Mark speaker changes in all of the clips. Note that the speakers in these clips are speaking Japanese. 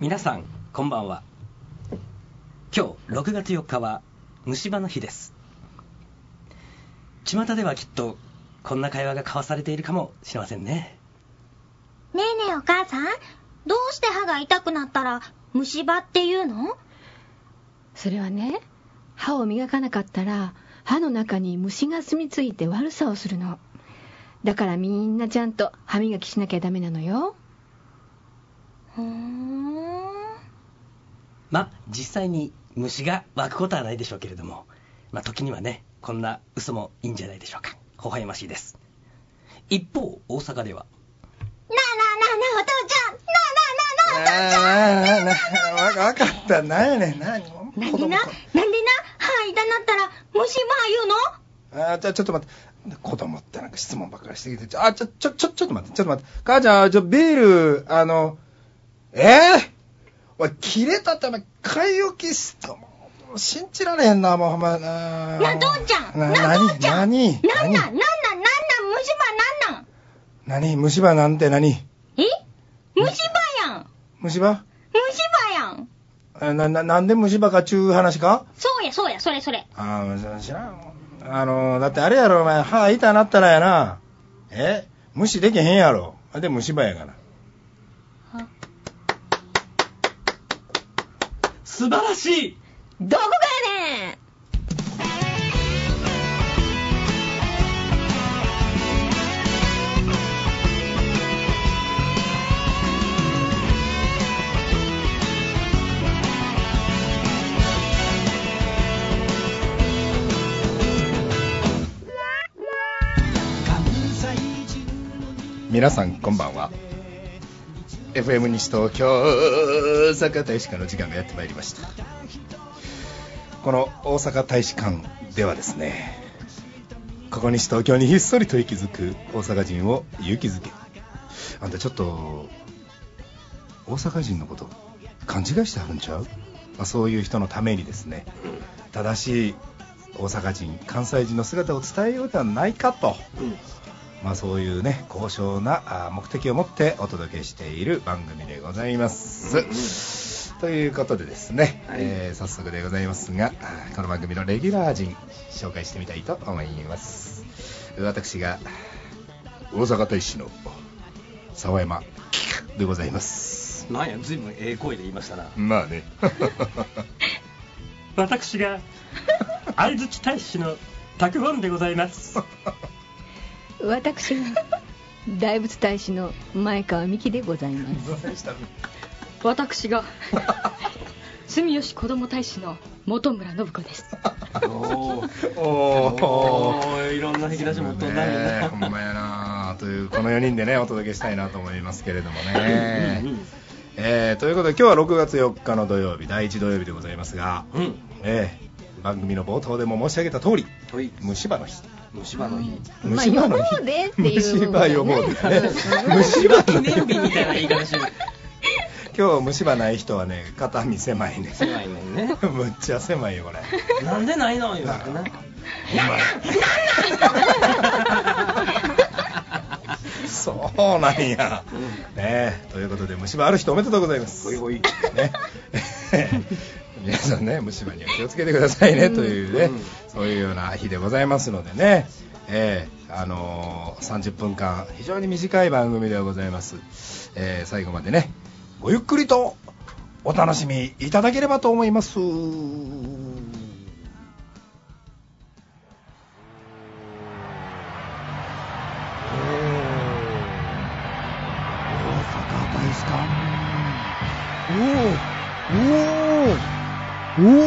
Speaker 1: 皆さんこんばんは今日6月4日は虫歯の日です巷ではきっとこんな会話が交わされているかもしれませんね
Speaker 2: ねえねえお母さん、どうして歯が痛くなったら虫歯っていうの
Speaker 3: それはね歯を磨かなかったら歯の中に虫が住み着いて悪さをするのだからみんなちゃんと歯磨きしなきゃダメなのよ
Speaker 2: ふーん。
Speaker 1: まあ実際に虫が湧くことはないでしょうけれどもまあ時にはねこんな嘘もいいんじゃないでしょうか微笑ましいです一方大阪では
Speaker 2: なあなあなあなあお父ちゃんなあなあなあなあお父ちゃん
Speaker 4: ああ、なあ、わかった。なんやねん。何
Speaker 2: なん
Speaker 4: 子
Speaker 2: で
Speaker 4: 供
Speaker 2: な、
Speaker 4: か
Speaker 2: なんでな、歯痛なったら虫歯言うの
Speaker 4: ああ、じゃあちょっと待って。子供ってなんか質問ばっかりしてきて。ちょあ、ちょ、ちょ、ちょ、ちょっと待って。ちょっと待って。母ちゃん、ちょ、ビール、あの、ええおい、切れたってお前、買い置きすと、もう信じられへんな、もう、お前な。
Speaker 2: なあ父ちゃん
Speaker 4: な、
Speaker 2: なあ父ちゃんなんな
Speaker 4: 何
Speaker 2: ん、なんな
Speaker 4: 何
Speaker 2: ん、なんなん
Speaker 4: 何、
Speaker 2: 虫歯なんなん
Speaker 4: 何虫歯なんて何
Speaker 2: え虫歯やん
Speaker 4: 虫歯
Speaker 2: 虫歯やん
Speaker 4: あな、な、なんで虫歯かっちゅう話か
Speaker 2: そうやそうや、それそれ。
Speaker 4: ああ、知らん。あの、だってあれやろ、お前、歯痛なったらやな。え無視できへんやろ。あで、虫歯やから。
Speaker 1: 素晴らしい
Speaker 2: どこがやねん
Speaker 4: 皆さん、こんばんは。FM 西東京、大阪大使館の時間がやってまいりました。この大阪大使館ではですね、ここ西東京にひっそりと息づく大阪人を勇気づけ。あんたちょっと、大阪人のこと勘違いしてはるんちゃう、まあ、そういう人のためにですね正しい大阪人関西人の姿を伝えようではないかと、まあ、そういうね高尚なあ目的を持ってお届けしている番組でございます、ということでですね、えー早速でございますがあーこの番組のレギュラー陣紹介してみたいと思います私が大阪大使の沢山でございます
Speaker 1: なんや随分ええ声で言いましたな
Speaker 4: まあね。
Speaker 1: 私が相槌大使の拓本でござい ます
Speaker 3: 私 は大仏大使の前川美希でございます
Speaker 5: 私が 住吉子ども大使の本村信子です
Speaker 1: お
Speaker 4: お
Speaker 1: お
Speaker 4: お。
Speaker 1: いろんな引き出し持っとんないよ
Speaker 4: ね
Speaker 1: な
Speaker 4: ほんまやなというこの4人でねお届けしたいなと思いますけれどもね
Speaker 1: うんうん
Speaker 4: えーということで今日は6月4日の土曜日第1土曜日でございますが、
Speaker 1: うん
Speaker 4: えー番組の冒頭でも申し上げた通り
Speaker 1: ほい
Speaker 4: 虫歯の日
Speaker 1: 虫歯の日
Speaker 3: まあ
Speaker 4: 虫歯の
Speaker 3: 予
Speaker 4: 日
Speaker 3: 防でっていう
Speaker 4: 虫歯予防です ね 虫歯
Speaker 1: 記
Speaker 4: の
Speaker 1: 念日みたいな言い方 してる
Speaker 4: 今日虫歯ない人はね肩身狭いね
Speaker 1: 狭いもんね
Speaker 4: むっちゃ狭いよこれ
Speaker 1: なんでないのよな な
Speaker 4: そうなんや。ねえということで虫歯ある人おめでとうございます。
Speaker 1: ほいほい
Speaker 4: ね。 皆さんね虫歯には気をつけてくださいねというね、
Speaker 1: うん
Speaker 4: そういうような日でございますのでね。ええあのー30分間非常に短い番組ではございます、ええ最後までねごゆっくりとお楽しみいただければと思います大阪大使館おおおおおおお大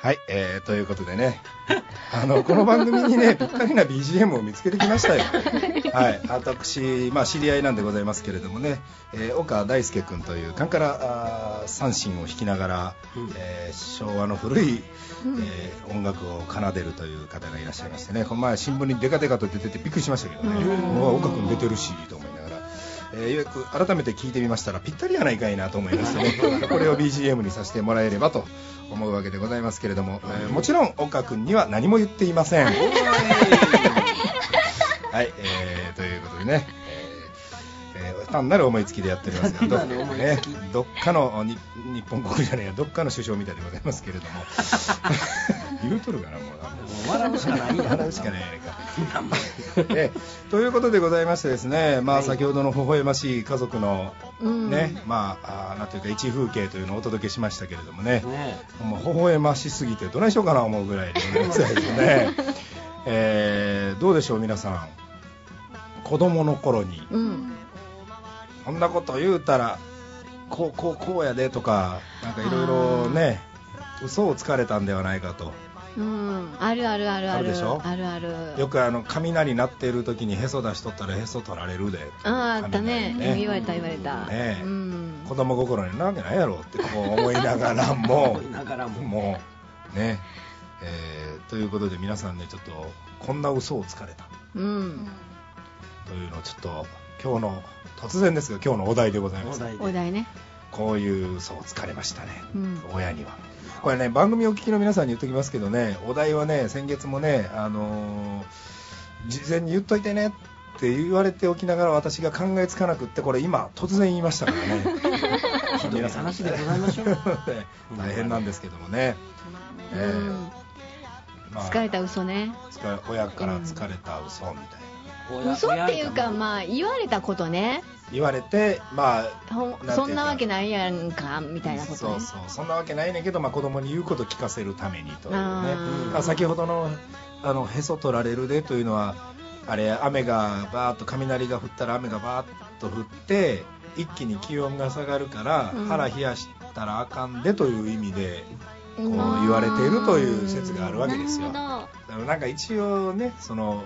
Speaker 4: はい、えー、ということでね、 あのこの番組にね、ぴったりな BGM を見つけてきましたよ。はい、私、まあ、知り合いなんでございますけれどもね、えー岡大輔君という、カンカラあー三振を弾きながら、えー昭和の古い、えー音楽を奏でるという方がいらっしゃいましてね、この前、新聞にデカデカと出ててびっくりしましたけどね、うわ岡君出てるしと思いながら。えーようやく改めて聞いてみましたらぴったりやないかいなと思いまして ねこれを BGM にさせてもらえればと思うわけでございますけれども、えーもちろん岡君には何も言っていません はい、えーということでね、えーえー単なる思いつきでやっておりますが、どっか
Speaker 1: 単なる思い
Speaker 4: ね
Speaker 1: つき、
Speaker 4: どっかのに日本国じゃねえや、どっかの首相みたいでございます けれども、言うとるかな、もう。
Speaker 6: 笑うしかないやん
Speaker 4: 笑うしかないやないか。えー ということでございましてですね、まあ、先ほどの微笑ましい家族の、
Speaker 3: うん
Speaker 4: ねまあ、あーなんていうか一風景というのをお届けしましたけれどもね
Speaker 1: ね
Speaker 4: もう微笑ましすぎてどないしようかな思うぐらいでございますよ ね、えーどうでしょう皆さん子供の頃に
Speaker 3: うん
Speaker 4: こんなこと言うたらこうこうこうやでとかなんかいろいろね嘘をつかれたんではないかと
Speaker 3: うんあるあるあるある
Speaker 4: あるでしょ
Speaker 3: あるある
Speaker 4: よくあの雷鳴っている時にへそ出しとったらへそ取られるで
Speaker 3: ああったね
Speaker 4: 雷
Speaker 3: 言われた言われた、
Speaker 4: ねえ
Speaker 3: うん
Speaker 4: 子供心になわけないやろってこう思いなが らも
Speaker 1: ながらも
Speaker 4: もうね、えーということで皆さんねちょっとこんな嘘をつかれた
Speaker 3: うん
Speaker 4: というのをちょっと今日の突然ですが今日のお題でございます
Speaker 1: お題で
Speaker 3: お題ね
Speaker 4: こういう嘘をつかれましたね、
Speaker 3: うん
Speaker 4: 親にはこれね番組をお聞きの皆さんに言っときますけどねお題はね先月もねあのー事前に言っといてねって言われておきながら私が考えつかなくってこれ今突然言いましたからね
Speaker 1: ひどい話でございましょう
Speaker 4: ね 大変なんですけどもね、えー
Speaker 3: うん
Speaker 4: まあ
Speaker 3: 疲れた嘘ね
Speaker 4: 疲れ親から疲れた嘘みたいな
Speaker 1: 親
Speaker 3: 嘘っていう
Speaker 1: 親
Speaker 3: か
Speaker 1: も
Speaker 3: まあ言われたことね
Speaker 4: 言われてまあ
Speaker 3: ほん
Speaker 4: ていうか
Speaker 3: そんなわけないやんかみたいなこと
Speaker 4: そう
Speaker 3: ね
Speaker 4: そうそんなわけないねんけど、まあ、子供に言うこと聞かせるためにというね
Speaker 3: あー
Speaker 4: まあ先ほどのあのへそ取られるでというのはあれ雨がバーッと雷が降ったら雨がバーッと降って一気に気温が下がるから、
Speaker 3: うん
Speaker 4: 腹冷やしたらあかんでという意味でこう
Speaker 3: うん
Speaker 4: 言われているという説があるわけですよだか
Speaker 7: なる
Speaker 4: らなんか一応ねその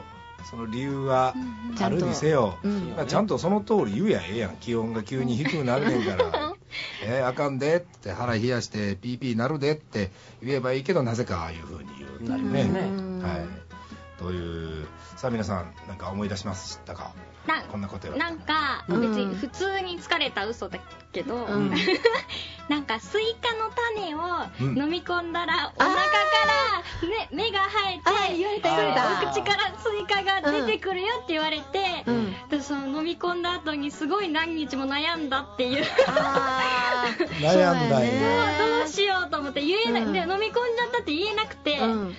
Speaker 4: その理由は
Speaker 3: ち
Speaker 4: あ
Speaker 3: ゃ
Speaker 4: る
Speaker 3: んと
Speaker 4: にせよ、
Speaker 3: うん
Speaker 4: まあちゃんとその通り言うやええやん気温が急に低くなるねんから えーあかんでって腹冷やしてピーピーなるでって言えばいいけどなぜかああいう風に言う
Speaker 1: なります
Speaker 4: ね
Speaker 1: ね
Speaker 3: うん
Speaker 4: はいというさあ皆さんなんか思い出しましたか
Speaker 2: な
Speaker 4: こんなことよ
Speaker 2: なんか
Speaker 3: う
Speaker 2: 別
Speaker 3: ん
Speaker 2: に普通に疲れた嘘だけど、
Speaker 3: うん
Speaker 2: なんかスイカの種
Speaker 4: うん
Speaker 2: を飲み込んだらお腹から、ね、目が生えて
Speaker 3: あー言われた言われた
Speaker 2: お口からスイカが出てくるよって言われて、
Speaker 3: うん
Speaker 2: でその飲み込んだ後にすごい何日も悩んだっていう
Speaker 3: あー
Speaker 4: 悩ん
Speaker 3: そう
Speaker 4: だんや
Speaker 3: やね
Speaker 2: どうしようと思って言えない、
Speaker 3: うん
Speaker 2: で飲み込んじゃったって言えなくて、
Speaker 3: うん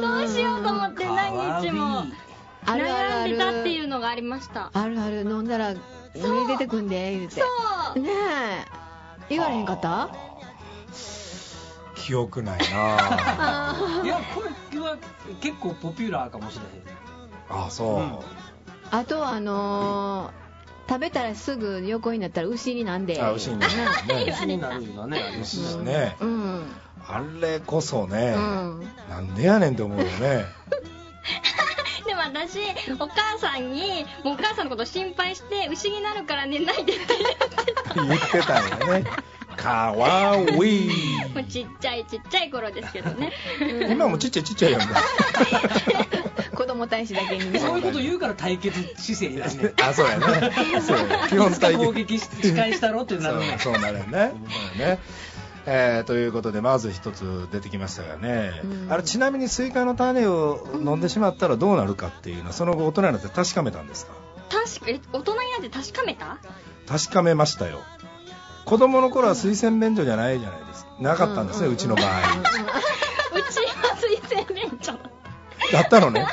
Speaker 2: どうしようと思って何日も
Speaker 3: あるあ
Speaker 2: 悩んで
Speaker 3: るあ
Speaker 2: た
Speaker 3: る
Speaker 2: っていうのがありました
Speaker 3: あるある飲んだら胸出てくんで言うて
Speaker 2: そう
Speaker 3: ねえ言われへんかった
Speaker 4: 記憶ないな あ
Speaker 1: いやこれは結構ポピュラーかもしれへ
Speaker 4: あそう、
Speaker 1: うん
Speaker 3: あとあのー食べたらすぐ横になったら牛になんで
Speaker 4: あ牛 になる
Speaker 1: ん
Speaker 4: ね
Speaker 1: 気になるのねあります
Speaker 4: 牛ね
Speaker 3: うん
Speaker 4: あれこそね、
Speaker 3: うん
Speaker 4: なんでやねんと思うよね
Speaker 2: でも私お母さんにもうお母さんのこと心配して牛になるからねないでって
Speaker 4: 言ってたんよねかわいい
Speaker 2: もうちっちゃいちっちゃい頃ですけど ね
Speaker 4: 今もちっちゃいちっちゃいやんか
Speaker 3: 子供大使だけにね
Speaker 1: そういうこと言うから対決姿勢になるね
Speaker 4: あそうやねそう や基本
Speaker 1: いつか
Speaker 4: 体
Speaker 1: 攻撃し仕返したろってな
Speaker 4: そ
Speaker 1: る
Speaker 4: う
Speaker 1: ね
Speaker 4: そうなるよねそうだよねえーということでまず一つ出てきましたがね、
Speaker 3: うん
Speaker 4: あれちなみにスイカの種を飲んでしまったらどうなるかっていうのはその後大人になって確かめたんですか
Speaker 2: 確かえ大人になって確かめ た
Speaker 4: 確かめましたよ子供の頃は水洗便所じゃないじゃないですかなかったんですね、うちの場合
Speaker 2: うちは推薦免除
Speaker 4: だったのね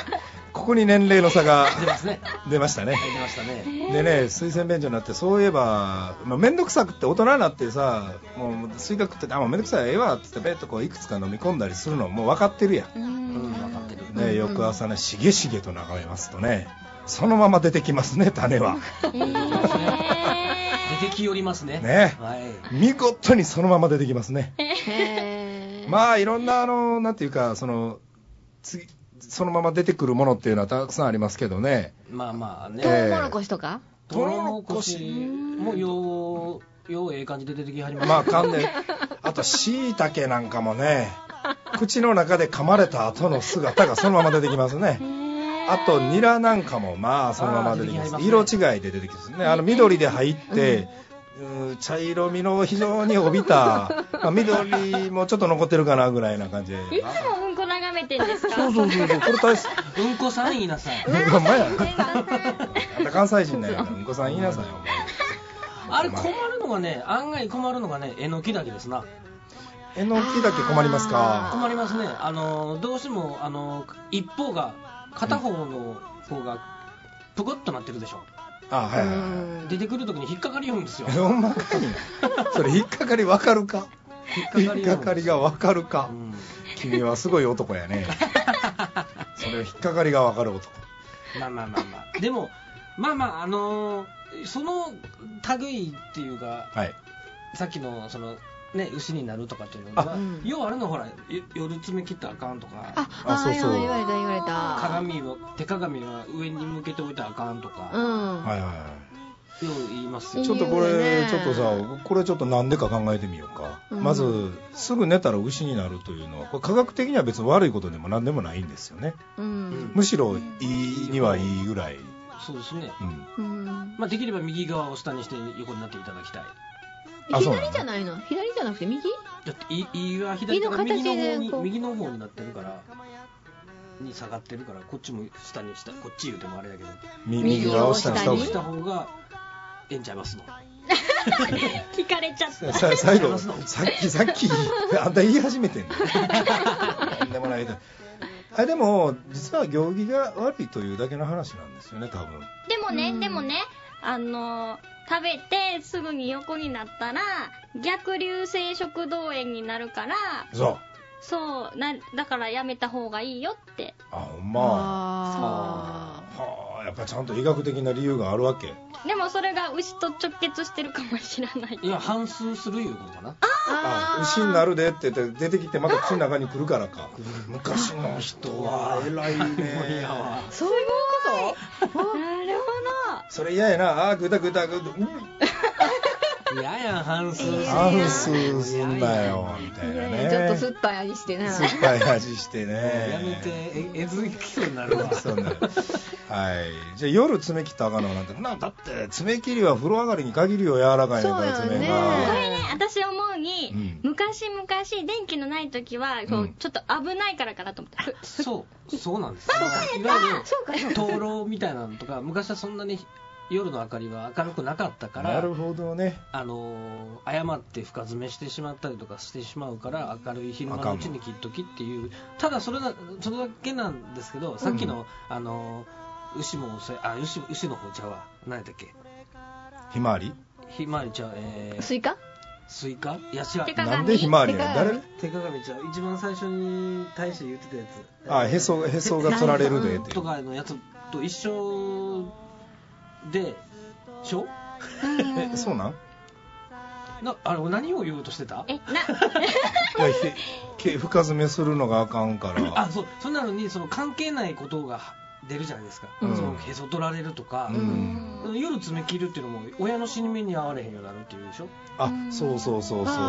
Speaker 4: ここに年齢の差が
Speaker 1: 出ますね
Speaker 4: 出ましたね
Speaker 1: 出ましたね
Speaker 4: でね推薦便所になってそういえば、まあ、面倒くさくって大人になってさもうスイカ食ってあもう面倒くさいええわっつってべっとこういくつか飲み込んだりするのもう分かってるやん、
Speaker 1: うん分かってる
Speaker 4: ね、翌朝ねしげしげと眺めますとねそのまま出てきますね 種は
Speaker 1: 出てきよりますね
Speaker 4: ね
Speaker 1: はい
Speaker 4: 見事にそのまま出てきますね
Speaker 3: へえ
Speaker 4: まあいろんなあのなんていうかその次そのまま出てくるものっていうのはたくさんありますけどね
Speaker 1: まあまあね
Speaker 3: トウモロコシとか
Speaker 1: トウモロコシもようようええ感じで出てきはります
Speaker 4: まあ噛んで、あと椎茸なんかもね、口の中で噛まれた後の姿がそのまま出てきますね。あとニラなんかもまあそのまま出てきます
Speaker 1: あー出てき
Speaker 4: 色
Speaker 1: ます
Speaker 4: 違いで出てきますねあの緑で入って、うん茶色みの非常に帯びた、まあ、緑もちょっと残ってるかなぐらいな感じで
Speaker 2: いつもうんこ眺めてんですか
Speaker 4: そうそうそうそうこれ大し
Speaker 1: うんこさん言いなさい。
Speaker 4: ほんまやあんた関西人なんやからうんこさん言いなさいよ
Speaker 1: あれ困るのがね、案外困るのがね、えのきだけですな。
Speaker 4: えのきだけ困りますか
Speaker 1: 困りますね。あのどうしてもあの一方が片方の方がぷくっとなってるでしょ。
Speaker 4: あはいはいはい
Speaker 1: 出てくるときに引っかかりようんですよ。
Speaker 4: ほんまかいなそれ引っかかりわかるか
Speaker 1: 引っ
Speaker 4: 引
Speaker 1: かかり
Speaker 4: っ
Speaker 1: よ
Speaker 4: か
Speaker 1: うんです
Speaker 4: かりがわかるか、
Speaker 1: うん
Speaker 4: 君はすごい男やねそれを引っかかりがわかる男
Speaker 1: まあまあまあまあ。でもまあまああのその類っていうか
Speaker 4: はい
Speaker 1: さっきのそのね牛になるとかっていうの
Speaker 4: あ
Speaker 1: は
Speaker 3: うん、
Speaker 1: 要はあるのほらよ夜爪切ったらあかんとか。
Speaker 3: あ
Speaker 4: あそうそ
Speaker 3: あ
Speaker 4: う
Speaker 3: 言われた言われた
Speaker 1: 鏡を手鏡は上に向けておいたらあかんとか、
Speaker 3: う
Speaker 1: よ
Speaker 3: ん、
Speaker 4: はいはいは
Speaker 1: う言います
Speaker 3: い
Speaker 4: い
Speaker 1: よ
Speaker 3: い
Speaker 4: ちょっとこ
Speaker 3: 匂い
Speaker 4: れ
Speaker 3: ね
Speaker 4: ちょっとさこれちょっとなんでか考えてみようか、
Speaker 3: うん
Speaker 4: まずすぐ寝たら牛になるというのはこれ科学的には別に悪いことでも何でもないんですよね
Speaker 3: うん
Speaker 4: むしろいいにはいいぐらい、う
Speaker 1: そうですね、
Speaker 4: ん、
Speaker 3: うん
Speaker 1: まあ、できれば右側を下にして横になっていただきたい
Speaker 4: あそうなの
Speaker 3: 左じゃないの左じゃなくて右
Speaker 1: だっていいが左から
Speaker 3: 胃の
Speaker 1: 右
Speaker 3: 形
Speaker 1: の方
Speaker 3: で
Speaker 1: に
Speaker 3: こう
Speaker 1: 右の方になってるからに下がってるからこっちも下にしたこっち言うてもあれだけど
Speaker 4: み
Speaker 3: 右
Speaker 4: 右側を下に
Speaker 3: 下
Speaker 4: 下
Speaker 3: に
Speaker 4: を
Speaker 1: そうした方がええんちゃいますの
Speaker 2: 聞かれちゃった
Speaker 4: さ最後さっきさっきあんた言い始めてん のとんでもないあでも実は行儀が悪いというだけの話なんですよね多分
Speaker 2: でもね、
Speaker 3: うん
Speaker 2: でもね、あのー、食べてすぐに横になったら、逆流性食道炎になるから、
Speaker 4: そう
Speaker 2: そう、な、だからやめた方がいいよって。
Speaker 4: あほんま
Speaker 3: あ
Speaker 4: はあやっぱちゃんと医学的な理由があるわけ
Speaker 2: でもそれが牛と直結してるかもしれない。
Speaker 1: いや反数するいうことかな
Speaker 4: あ牛になるでって言って出てきてまた口の中に来るからか昔の人は偉いね
Speaker 3: ーそういうこ
Speaker 2: なる
Speaker 4: それ嫌やなあーぐだぐだぐだうん
Speaker 1: いややん反数する
Speaker 4: アンスすんなよみたいなね
Speaker 3: とちょっと酸っぱい味してな
Speaker 4: 酸っぱい味してね
Speaker 1: やめてええずきそうになるわ
Speaker 4: そうなるはい、じゃあ夜爪切ったらあかんのなんてなんだって爪切りは風呂上がりに限るよ柔らかいねんから
Speaker 3: そうよね
Speaker 4: 爪
Speaker 2: ほど。これ
Speaker 4: が
Speaker 2: ね、私思うに、
Speaker 4: うん
Speaker 2: 昔々電気のない時は、こ
Speaker 4: う
Speaker 2: うんちょっと危ないからかなと思って。
Speaker 1: そう、そうなんです。いわ
Speaker 3: そうか
Speaker 1: ゆる灯籠みたいなのとか、昔はそんなに夜の明かりは明るくなかったか
Speaker 4: な
Speaker 1: ら
Speaker 4: る、ほどね
Speaker 1: あのー誤って深爪してしまったりとかしてしまうから、明るい昼間のうちに切っときっていう、ただそれだそれだけなんですけど、さっきの、あのー牛もそうあ牛牛の方ちゃうわ、何やったっけ、
Speaker 4: ひまわり
Speaker 1: ひまわりちゃう、えー
Speaker 3: スイカ
Speaker 1: スイカいや、違う
Speaker 2: 手、鏡
Speaker 4: なんでひまわりや誰
Speaker 1: 手鏡ちゃう、一番最初に大使言ってたやつ。
Speaker 4: あへそへそが取られるでって
Speaker 1: とかのやつと一緒でしょ
Speaker 4: えそうなん
Speaker 1: なあれ何を言おうとしてた
Speaker 2: え、な、
Speaker 4: いやひけ深爪するのがあかんから
Speaker 1: あそうそんなのにその関係ないことが出るじゃないですか、
Speaker 4: うん
Speaker 1: そのへそ取られるとか
Speaker 4: う、ん
Speaker 1: 夜爪切るっていうのも親の死に目に遭われへんようになるっていうでしょ
Speaker 4: あそうそうそうそうそうそ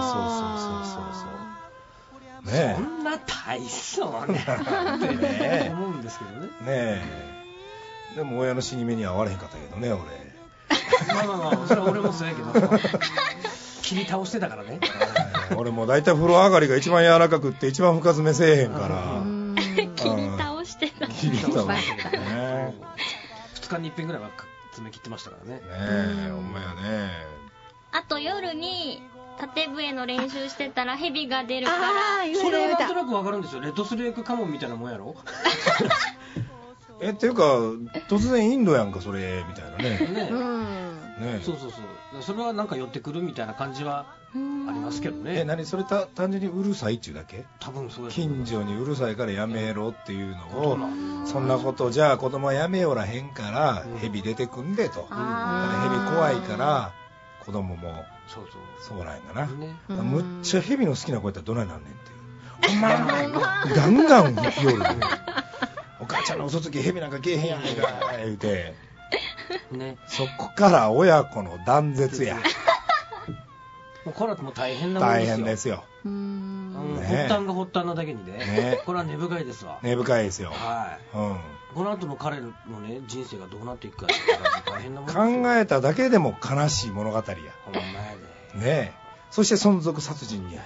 Speaker 4: うそうそうそうね
Speaker 1: そんな大層なって思うんですけどね
Speaker 4: えねえでも親の死に目には遭われへんかったけどね俺
Speaker 1: まあまあまあそれは俺もそうやけど切り倒してたからね
Speaker 4: はい俺もう大体風呂上がりが一番柔らかくって一番深爪せえへんから
Speaker 3: うん
Speaker 2: 切り倒してた。
Speaker 4: 切り倒してねね
Speaker 1: 2日に一遍ぐらいは爪切ってましたからね
Speaker 4: えほんまやね
Speaker 2: あと夜に、縦笛の練習してたら蛇が出るから。
Speaker 3: ああ言わ
Speaker 1: そ
Speaker 3: れた
Speaker 1: れはなんとな
Speaker 3: 言われ
Speaker 1: くわかるんですよレッドスレークカモンみたいなもんや ろ
Speaker 4: えっていうか突然インドやんかそれみたいなね
Speaker 1: ね
Speaker 3: たうん
Speaker 4: ね
Speaker 1: そうそうそうそれはなんか寄ってくるみたいな感じはありますけど
Speaker 4: え
Speaker 1: ね
Speaker 4: 何それた単純にうるさいっちゅうだけ
Speaker 1: 多分そうやと思う
Speaker 4: 近所にうるさいからやめろっていうの
Speaker 1: そうなん
Speaker 4: をそんなことじゃあ子供はやめよらへんから
Speaker 1: うん
Speaker 4: ヘビ出てくんでとだか
Speaker 7: あ
Speaker 4: らヘビ怖いから子供も
Speaker 1: そうそう
Speaker 4: そうなんやな
Speaker 1: ね
Speaker 4: むっちゃヘビの好きな子やったらどないなんねんっていうほんまやガンガン吹きよるお母ちゃんの嘘つきヘビなんかけえへんやないか言うて
Speaker 1: ね
Speaker 4: そこから親子の断絶や
Speaker 1: もうこれはもう大変なもん
Speaker 4: 大
Speaker 1: ですよ
Speaker 4: 変ですよ
Speaker 3: うん
Speaker 1: うん発
Speaker 4: ね
Speaker 1: 端が発端なだけにね
Speaker 4: ね
Speaker 1: これは根深いですわ、
Speaker 4: 根深いですよ、
Speaker 1: は
Speaker 4: うん、
Speaker 1: いこの後の彼のね人生がどうなっていくかっていうのは大変なもんですよ
Speaker 4: 考えただけでも悲しい物語や
Speaker 1: この前で
Speaker 4: ねえそして存続殺人 に入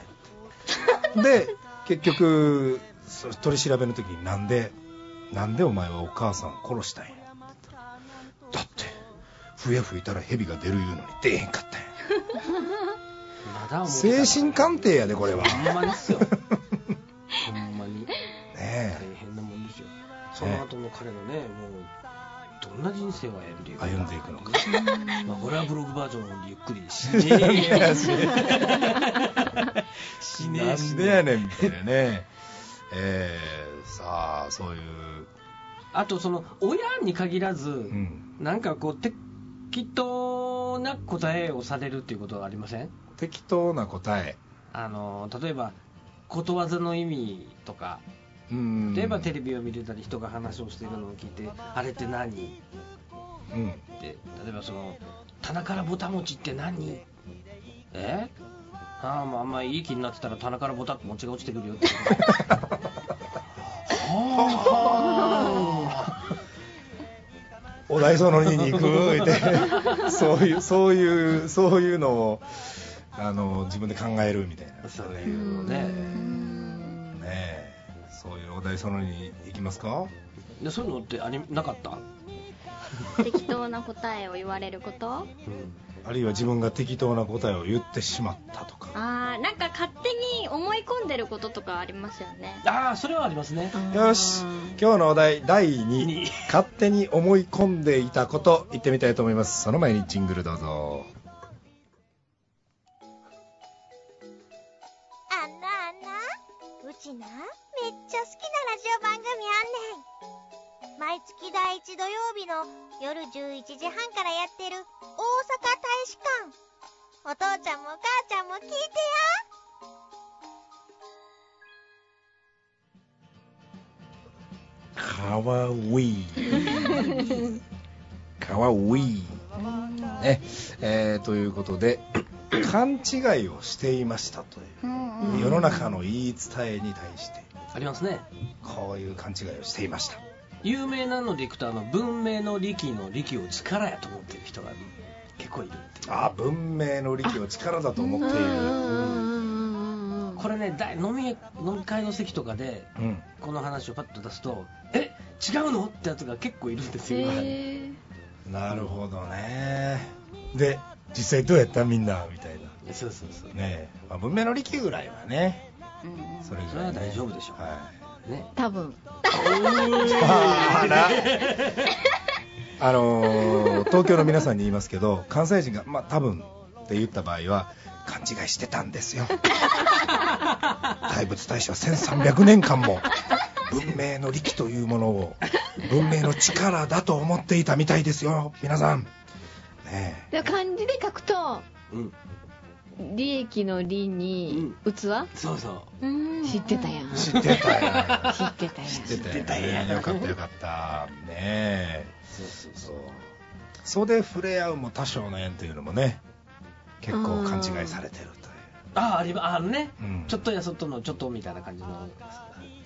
Speaker 4: るで結局そ取り調べの時になんでなんでお前はお母さんを殺したんやって言ったらだって笛吹いたら蛇が出るいうのに出えへんかったんや
Speaker 1: まだ思ってた
Speaker 4: 精神鑑定やでこれは
Speaker 1: ほんまです よ
Speaker 4: ね
Speaker 1: ほんまに
Speaker 4: え
Speaker 1: 大変なもんですよその後の彼のねもうどんな人生を歩んでいくのか
Speaker 4: 歩んでいくのか
Speaker 1: まあ、これはブログバージョンなんでゆっくり死ねえよ死ねえ死ねえ
Speaker 4: なんでやねんみたいなね えー、さあそういう、
Speaker 1: あとその親に限らず、
Speaker 4: うん、
Speaker 1: なんかこう適当な答えをされるっていうことはありません
Speaker 4: 適当な答え
Speaker 1: あの例えばことわざの意味とか
Speaker 4: うん
Speaker 1: 例えばテレビを見てたり人が話をしているのを聞いて、あれって何って
Speaker 4: うん
Speaker 1: 例えばその棚からぼた餅って何えああまああんまいい気になってたら棚からぼたって餅が落ちてくるよってこと
Speaker 4: お題その2に行くってそういうそういうそういうのをあの自分で考えるみたいな ね
Speaker 1: そういうのね
Speaker 4: えそういうお題その2に行きますか
Speaker 1: でそういうのってありなかった、
Speaker 2: 適当な答えを言われること
Speaker 4: あるいは自分が適当な答えを言ってしまったとか
Speaker 2: あーなんか勝手に思い込んでることとかありますよね
Speaker 1: ああそれはありますね
Speaker 4: よし今日のお題第2
Speaker 1: に
Speaker 4: 勝手に思い込んでいたこと言ってみたいと思いますその前にジングルどうぞ
Speaker 7: あんなあんなうちなめっちゃ好きなラジオ番組あんねん毎月第1土曜日の夜11時半からやってる大阪大使館お父ちゃんもお母ちゃんも聞いてや
Speaker 4: かわ いいかわいいねえーということで 勘違いをしていましたという世の中の言い伝えに対して
Speaker 1: ありますね
Speaker 4: こういう勘違いをしていました
Speaker 1: 有名なのでいくとあの文明の利器の利器を力やと思ってる人が結構いるっていう
Speaker 4: あ文明の利器を力だと思っている
Speaker 1: これねだい飲み飲み会の席とかで
Speaker 4: うん
Speaker 1: この話をパッと出すとえ違うのってやつが結構いるんですよ、
Speaker 4: なるほどねで実際どうやったみんなみたいな
Speaker 1: そうそうそう
Speaker 4: ねえ、まあ、文明の利器ぐらいはねそれぐらい、ね、
Speaker 1: それは大丈夫でしょう
Speaker 4: はい
Speaker 1: ね
Speaker 3: 多分
Speaker 4: あらあのー東京の皆さんに言いますけど関西人が「まあ多分」って言った場合は勘違いしてたんですよ大仏大社は1300年間も文明の力というものを文明の力だと思っていたみたいですよ皆さんねえ
Speaker 3: で漢字で書くと
Speaker 1: うん
Speaker 3: 利益の利に器、
Speaker 1: そうそう
Speaker 3: 知ってたやん
Speaker 4: 知ってたやん
Speaker 3: 知ってたやん
Speaker 4: 知ってたやんよかったよかったねえそう袖触れ合うも多少の縁というのもね結構勘違いされてる
Speaker 1: ああありあのね、
Speaker 4: うん
Speaker 1: ちょっとやそっとのちょっとみたいな感じの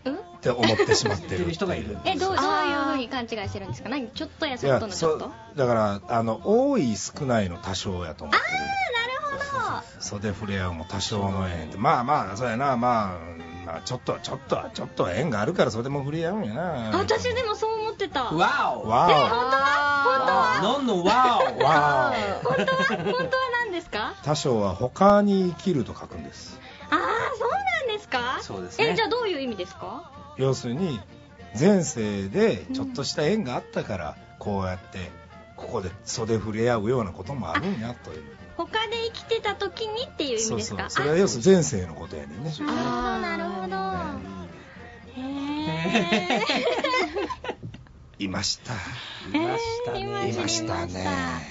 Speaker 4: というって思ってしまってるって
Speaker 1: 知ってる人がいる
Speaker 2: えどう
Speaker 3: あ
Speaker 2: どうい
Speaker 3: ー
Speaker 2: うふうに勘違いしてるんですか何ちょっとや
Speaker 4: い
Speaker 2: そっと
Speaker 4: や
Speaker 2: のち
Speaker 4: そ
Speaker 2: ょっ
Speaker 4: う
Speaker 2: と
Speaker 4: だからあの多い少ないの多少やと思って
Speaker 2: あ
Speaker 4: る袖触れ合うも多少の縁ってまあまあそうやなまあまあちょっとちょっとちょっとは縁があるから袖も触れ合うんやな
Speaker 2: 私でもそう思ってた本
Speaker 1: わお
Speaker 4: わ
Speaker 2: 当は
Speaker 1: ノンのわ
Speaker 4: おわお
Speaker 2: 本当は本当は本当は何ですか
Speaker 4: 多少は他に生きると書くんです
Speaker 2: ああそうなんですか
Speaker 1: そうですね
Speaker 2: えじゃあどういう意味ですか
Speaker 4: 要するに前世でちょっとした縁があったからこうやってここで袖触れ合うようなこともあるんやという
Speaker 2: 他で生きてた時にっていう意味
Speaker 4: そう
Speaker 2: です
Speaker 4: そう
Speaker 2: か
Speaker 4: それは要するに前世のことやねんね
Speaker 2: あなるほどなるほどへえ
Speaker 4: いました
Speaker 1: おいましたね
Speaker 4: いましたね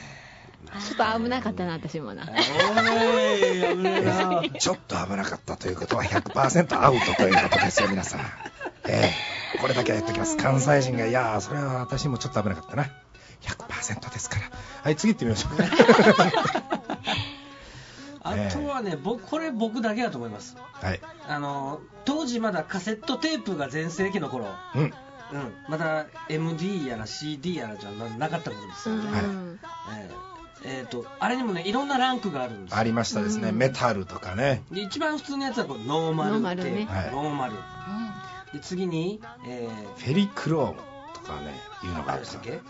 Speaker 3: ちょっと危なかったな私もな
Speaker 1: おい危ねえ な
Speaker 4: ちょっと危なかったということは100%アウトということですよ皆さんええこれだけは言っておきます関西人がいやーそれは私もちょっと危なかったな100%ですからはい次行ってみましょうか
Speaker 1: あ
Speaker 4: ね
Speaker 1: とはね、僕これ僕だけだと思います
Speaker 4: はい
Speaker 1: あの当時まだカセットテープが全盛期の頃、
Speaker 4: うん
Speaker 1: うん、まだ MD やら CD やらじゃななかった頃ですよね、
Speaker 4: はい
Speaker 3: うん
Speaker 1: えーえーとあれにもねいろんなランクがあるんですよ
Speaker 4: ありましたですね、メタルとかね
Speaker 1: で一番普通のやつはこうノーマル
Speaker 3: ノーマル
Speaker 1: って
Speaker 3: ね
Speaker 4: はい
Speaker 1: ノーマルで次に、え
Speaker 4: フェリクロームとかねいうのが
Speaker 1: あ
Speaker 4: あ
Speaker 1: りま
Speaker 4: っ
Speaker 1: した
Speaker 4: た
Speaker 1: っけ
Speaker 4: うん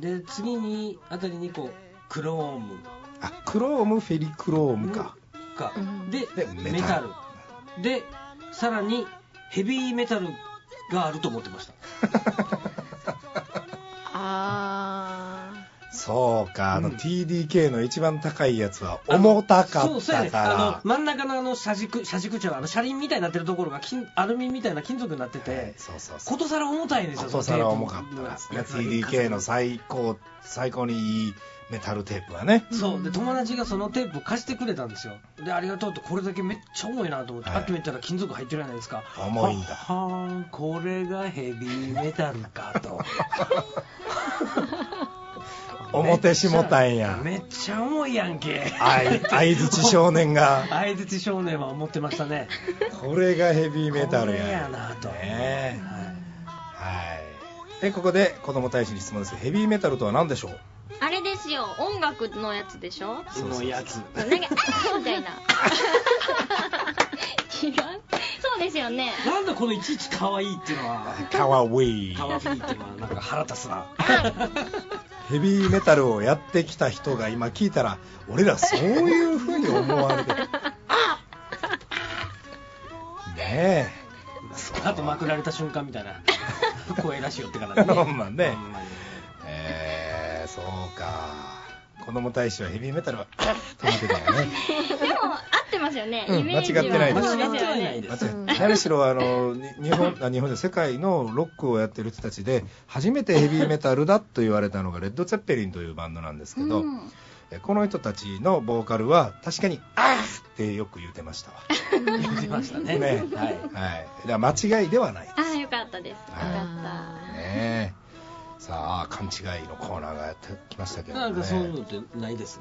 Speaker 1: ーで次にあたりにこうクローム
Speaker 4: あクロームフェリクローム か、
Speaker 1: か、
Speaker 3: うん
Speaker 1: で
Speaker 4: で
Speaker 1: メタルでさらにヘビーメタルがあると思ってました
Speaker 3: あ
Speaker 4: そうかあの TDK の一番高いやつは重たか
Speaker 1: そう
Speaker 4: っ
Speaker 1: そうや
Speaker 4: た
Speaker 1: ねあ
Speaker 4: か
Speaker 1: の真ん中のあの車軸車軸長あの車輪みたいになってるところが金アルミみたいな金属になって
Speaker 4: ら、
Speaker 1: て、
Speaker 4: はいそうそうそう
Speaker 1: ことさら重たいんですよ
Speaker 4: ことさら重かった
Speaker 1: で
Speaker 4: ですね TDK の最高最高にいいメタルテープはね
Speaker 1: そうで友達がそのテープ貸してくれたんですよでありがとうってこれだけめっちゃ重いなと思って、
Speaker 4: はい
Speaker 1: あっと見たら金属入ってるじゃないですか
Speaker 4: 重いんだ
Speaker 1: ははーんこれがヘビーメタルかと
Speaker 4: 思てしもたんや
Speaker 1: めっちゃ重いやんけ
Speaker 4: あい 相槌少年が
Speaker 1: 相づち少年は思ってましたね
Speaker 4: これがヘビーメタルや
Speaker 1: これやなと
Speaker 4: ね
Speaker 1: はい
Speaker 4: はいでここで子供大使に質問ですヘビーメタルとは何でしょう
Speaker 2: あれですよ音楽のやつでしょ
Speaker 1: そのやつ
Speaker 2: なんか「あ」みた いな違うそうですよね
Speaker 1: なんだこのいちいち可愛いっていうのは
Speaker 4: カワウィ
Speaker 1: 可愛いっていうのはなんか腹立つな
Speaker 4: ヘビーメタルをやってきた人が今聞いたら俺らそういうふうに思われ てるね
Speaker 1: あとまくられた瞬間みたいな声出しよってから
Speaker 4: え
Speaker 1: ね
Speaker 4: ほんまね
Speaker 1: ほんまに
Speaker 4: えー、そうか子供大使はヘビーメタ ルは止めてたよね
Speaker 2: でも合ってますよね、
Speaker 4: うん
Speaker 2: イメージは
Speaker 4: 間違ってないです
Speaker 2: そうです
Speaker 1: 間違っ
Speaker 2: よ
Speaker 1: てない
Speaker 2: ね
Speaker 1: です
Speaker 4: 間違え何しろあのに日本あ日本で世界のロックをやってる人たちで初めてヘビーメタルだと言われたのがレッド・ツェッペリンというバンドなんですけど、
Speaker 2: うん
Speaker 4: えこの人たちのボーカルは確かに「あーってよく言うてましたわ、
Speaker 1: 言ってましたね
Speaker 4: ね
Speaker 1: はい
Speaker 4: はい、だから間違いではない、ね
Speaker 2: ああよかったです
Speaker 3: ー
Speaker 4: はい
Speaker 2: よ
Speaker 3: あ
Speaker 2: か
Speaker 4: え、さあ勘違いのコーナーがやってきましたけど、ね、
Speaker 1: なんかそういうのってないです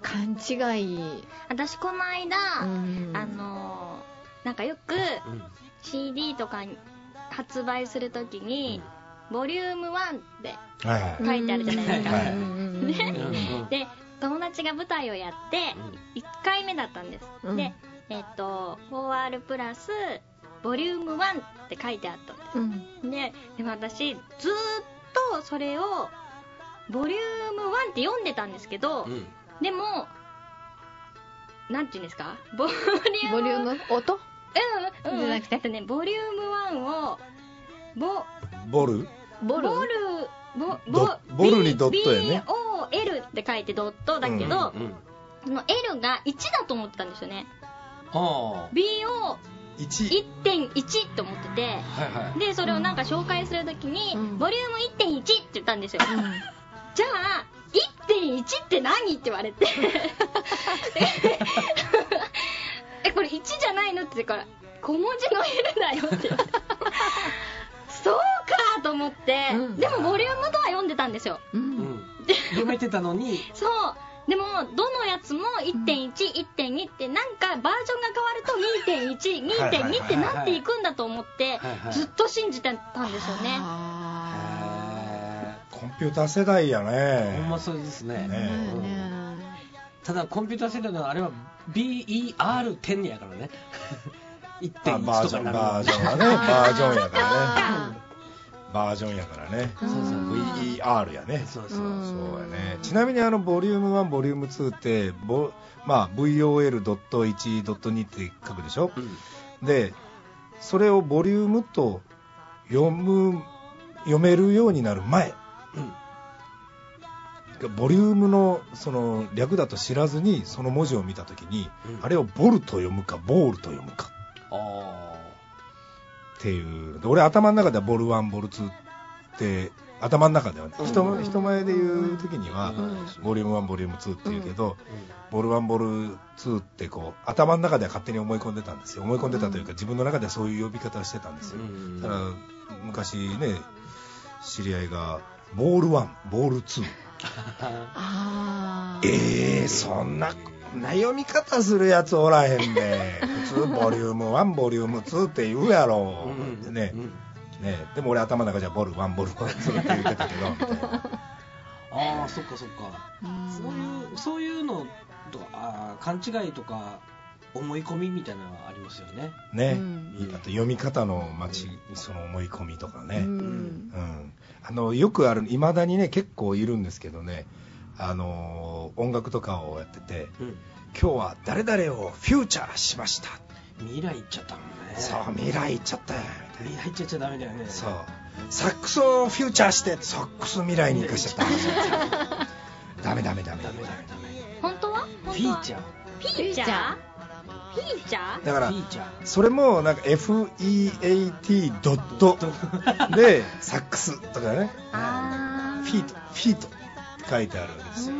Speaker 3: ー勘違い、
Speaker 2: った私この間、
Speaker 3: うん
Speaker 2: あのーなんかよく
Speaker 1: うん
Speaker 2: CD とかに発売するときに、ボリューム1って
Speaker 4: はいはい
Speaker 2: 書いてあるじゃないですか、
Speaker 4: はい
Speaker 3: うんうんうん
Speaker 1: うんうん
Speaker 2: で友達が舞台をやって1回目だったんです、
Speaker 3: うん
Speaker 2: でえっ、と 4R プラスボリューム1って書いてあったんです
Speaker 3: うん
Speaker 2: ででも私ずーっとそれをボリューム1って読んでたんですけど、
Speaker 1: うん
Speaker 2: でもなんていうんですかボリューム
Speaker 3: ボリューム音
Speaker 2: うんうん
Speaker 3: じゃなくて
Speaker 2: えっとねボリューム1をボ
Speaker 4: ボル
Speaker 3: ボル
Speaker 2: ボルボ
Speaker 4: ドボルにドットやね
Speaker 2: BOL って書いてドットだけ
Speaker 4: うん
Speaker 2: ど、
Speaker 1: うん
Speaker 2: その L が1だと思ってたんですよね
Speaker 1: あ
Speaker 2: BO1.1
Speaker 4: 1
Speaker 2: と思ってて
Speaker 1: あはいはい
Speaker 2: でそれをなんか紹介するときに、
Speaker 3: うん
Speaker 2: ボリューム1.1って言ったんですよ、じゃあ1.1って何って言われ て えこれ1じゃないのって言うから小文字の L だよ って言ってそうかと思って、
Speaker 3: うん
Speaker 2: でもボリュームとは読んでたんですよ
Speaker 3: う
Speaker 1: うんん読めてたのに
Speaker 2: そうでもどのやつも1.11.2ってなんかバージョンが変わると2.12.2ってなっていくんだと思って
Speaker 1: はいはい
Speaker 2: ずっと信じてたんですよね
Speaker 1: あ
Speaker 4: コンピューター世代や
Speaker 1: ーほん
Speaker 4: ね
Speaker 1: まそうですね
Speaker 4: ねえ
Speaker 1: うん
Speaker 3: ね
Speaker 1: ただコンピューター世代のあれは BER10 やからね
Speaker 4: まあ
Speaker 1: 1.1
Speaker 4: バー
Speaker 1: と
Speaker 4: ジ
Speaker 1: か
Speaker 4: ョン
Speaker 1: な
Speaker 4: バー
Speaker 1: る
Speaker 4: ジョンはねバージョンやからねバージョンやからね
Speaker 1: そうそう
Speaker 4: VER やね
Speaker 1: そうそう
Speaker 4: そうやねちなみにあのボリューム1ボリューム2ってボ、まあ、VOL.1.2 って書くでしょ、
Speaker 1: うん
Speaker 4: でそれをボリュームと読む読めるようになる前
Speaker 1: うん
Speaker 4: ボリュームのその略だと知らずにその文字を見た時に、
Speaker 1: うん
Speaker 4: あれをボルと読むかボールと読むか
Speaker 1: あ
Speaker 4: っていうで俺頭の中ではボル1ボル2って頭の中ではね、
Speaker 1: うん
Speaker 4: 人前人前で言う時には、
Speaker 1: うん
Speaker 4: ボリューム1ボリューム2って言うけど、ボル1ボル2ってこう頭の中では勝手に思い込んでたんですよ思い込んでたというか、自分の中ではそういう呼び方をしてたんですよ、
Speaker 1: うん
Speaker 4: だから昔ね知り合いがボール1ボール2
Speaker 1: あ
Speaker 3: ああ
Speaker 4: えー、そんなんな読み方するやつおらへんで 普通ボリューム1ボリューム2って言うやろ、
Speaker 1: うん
Speaker 4: ね
Speaker 1: うん
Speaker 4: ねでも俺頭の中じゃボル1ボル1って言ってたけどみたいな
Speaker 1: ああそっかそっかそういうそういうのとあー勘違いとか思い込みみたいなのはありますよね
Speaker 4: ね、
Speaker 3: うん
Speaker 4: あと読み方の待ちその思い込みとかね、
Speaker 3: う
Speaker 4: うん
Speaker 3: ん
Speaker 4: あのよくあるいまだにね結構いるんですけどねあの音楽とかをやってて
Speaker 1: うん
Speaker 4: 今日は誰々をフューチャーしました、
Speaker 1: 未来行っちゃったもんね
Speaker 4: そう未来行っちゃったよみたい
Speaker 1: 未来行っちゃっちゃダメだよね
Speaker 4: なそうサックスをフューチャーしてサックス未来に行かしちゃったダメダメダ
Speaker 1: ダメ
Speaker 4: メ
Speaker 1: ダメダメ
Speaker 2: 本当は
Speaker 1: フ
Speaker 2: 本
Speaker 1: ィ
Speaker 2: 当は
Speaker 1: ーチャー
Speaker 2: フィーチャーフィーチャー
Speaker 4: だから
Speaker 1: フィーチャー
Speaker 4: それもなんか FEAT ドットでサックスとかね
Speaker 2: あ
Speaker 4: フィート、フィートって書いてあるんですよ。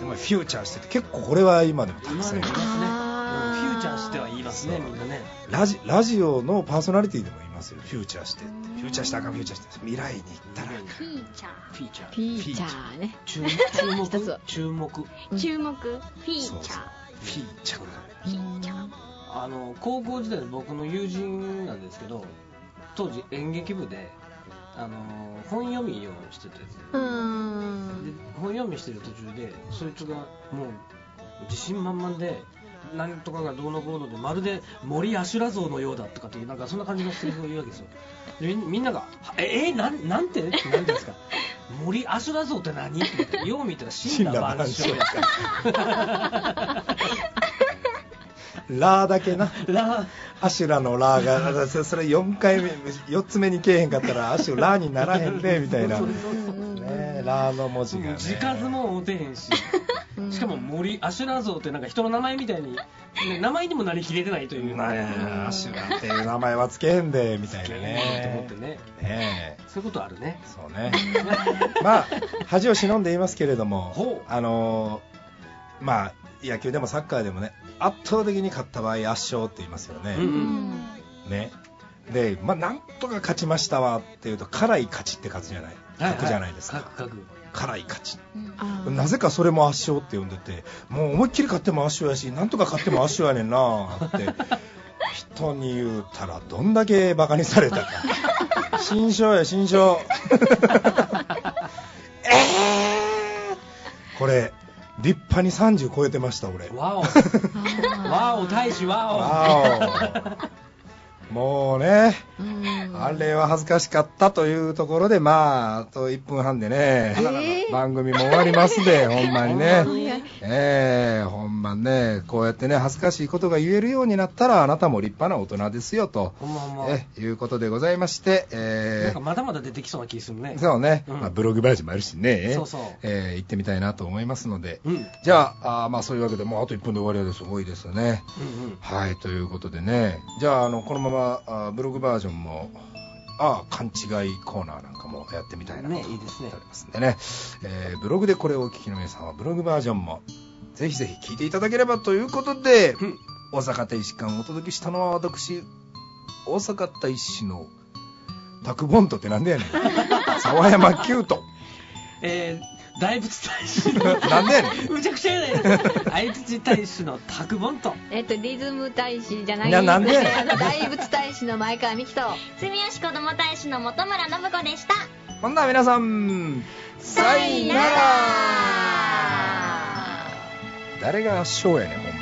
Speaker 4: でもフューチャーしてて、結構これは今でもたく
Speaker 1: 今
Speaker 4: さ
Speaker 1: で
Speaker 4: ん
Speaker 1: も
Speaker 4: い
Speaker 1: 言い
Speaker 4: る
Speaker 1: ますね
Speaker 3: あー
Speaker 1: うんフューチャーしては言いますね
Speaker 4: そう
Speaker 1: みんなね
Speaker 4: ラジ。ラジオのパーソナリティでもいますよ。フューチャーしてって。フューチャーしたらあかん、フューチャーして。未来に行ったらあかん。
Speaker 2: ーフィーチャ
Speaker 1: フィーチャー
Speaker 3: ピーチャーね
Speaker 1: 注 目
Speaker 3: 一つは
Speaker 1: 注目注目
Speaker 2: ー注目フィーチャ
Speaker 4: そう
Speaker 2: ー。
Speaker 4: そうフィーチャー。
Speaker 1: あの高校時代の僕の友人なんですけど当時演劇部であの本読みをしてて、
Speaker 3: う
Speaker 1: で
Speaker 3: ん
Speaker 1: 本読みしてる途中でそいつがもう自信満々で何とかがどうのこうのでまるで森アシュラ像のようだとかっていうなんかそんな感じのセリフを言うわけですよでみんみんなが「ええなんなんて?」ってなんてですか「森アシュラ像って何?」って言ってよう見たら死んだ
Speaker 4: バラ
Speaker 1: 万
Speaker 4: ンス
Speaker 1: 象
Speaker 4: をやから。ラーだけな。
Speaker 1: ラ
Speaker 4: アシュラのラーが、だそそれ4回目、4つ目にけえへんかったら、アシュラーにならへんで、みたいな。
Speaker 1: そう
Speaker 4: ね
Speaker 1: そうそう
Speaker 4: ラーの文字が、ね。
Speaker 1: 字数も合 うてへんし、しかも森アシュラ像ってなんか人の名前みたいに、ね名前にもなりきれてないという、
Speaker 4: まあ、アシュラっていう名前はつけへんで、みたいな
Speaker 1: と思
Speaker 4: ね
Speaker 1: っ。てね、
Speaker 4: ねえ
Speaker 1: そういうことある ね。
Speaker 4: そうね。まあ、恥を忍んで言いますけれども
Speaker 1: ほう、
Speaker 4: あのーまあ、野球でもサッカーでもね、圧倒的に勝った場合、圧勝って言いますよね。
Speaker 1: うんうん
Speaker 4: ね。で、まあ、なんとか勝ちましたわっていうと、辛い勝ちって勝つじゃない。勝じゃないですか。
Speaker 1: 書く書く。
Speaker 4: 辛い勝ち。
Speaker 3: あー
Speaker 4: なぜかそれも圧勝って呼んでて、もう思いっきり勝っても圧勝やし、なんとか勝っても圧勝やねんなーって、 人に言うたら、どんだけバカにされたか。新章や、新 章。えーこれ、立派に30超えてました、俺。
Speaker 1: わお、わお、大使わ
Speaker 4: わお。もうね、
Speaker 3: うん
Speaker 4: あれは恥ずかしかったというところで、まあ、あと1分半でね、
Speaker 3: えー
Speaker 4: 番組も終わります で、ほんまにね。
Speaker 3: 早い
Speaker 4: ええほんまね、こうやってね、恥ずかしいことが言えるようになったら、あなたも立派な大人ですよと、
Speaker 1: お。ほんまほんま。
Speaker 4: えいうことでございまして、
Speaker 1: なん
Speaker 4: え
Speaker 1: かまだまだ出てきそうな気するね
Speaker 4: ー。そうね、
Speaker 1: うん
Speaker 4: まあ、ブログバージョンもあるしね、
Speaker 1: そうそう
Speaker 4: えー行ってみたいなと思いますので、
Speaker 1: うん。うん
Speaker 4: じゃあ、あーまあそういうわけでもうあと1分で終わりです、多いですね。
Speaker 1: うん。
Speaker 4: はい、ということでね、じゃあ、あのこのままあーブログバージョンも、あー勘違いコーナーなんかもやってみたいなと
Speaker 1: ねいいですね
Speaker 4: 思っておりますんでね、えーブログでこれをお聞きの皆さんは、ブログバージョンもぜひぜひ聞いていただければということで、
Speaker 1: うん
Speaker 4: 大阪大使館をお届けしたのは、私、大阪大使のタクボントってなんで やねん、沢山キュート、
Speaker 1: えー、大仏大使の。
Speaker 4: なんでやねん。
Speaker 1: むちゃくちゃや ね相槌大使のタクボンと。
Speaker 3: えっとリズム大使じゃない
Speaker 4: いやなんで
Speaker 3: あの大仏大使の前川美樹と
Speaker 2: 住吉子ども大使の本村信子でした
Speaker 4: ほんなら皆さん、さいなら誰が圧勝やねん、ほんま。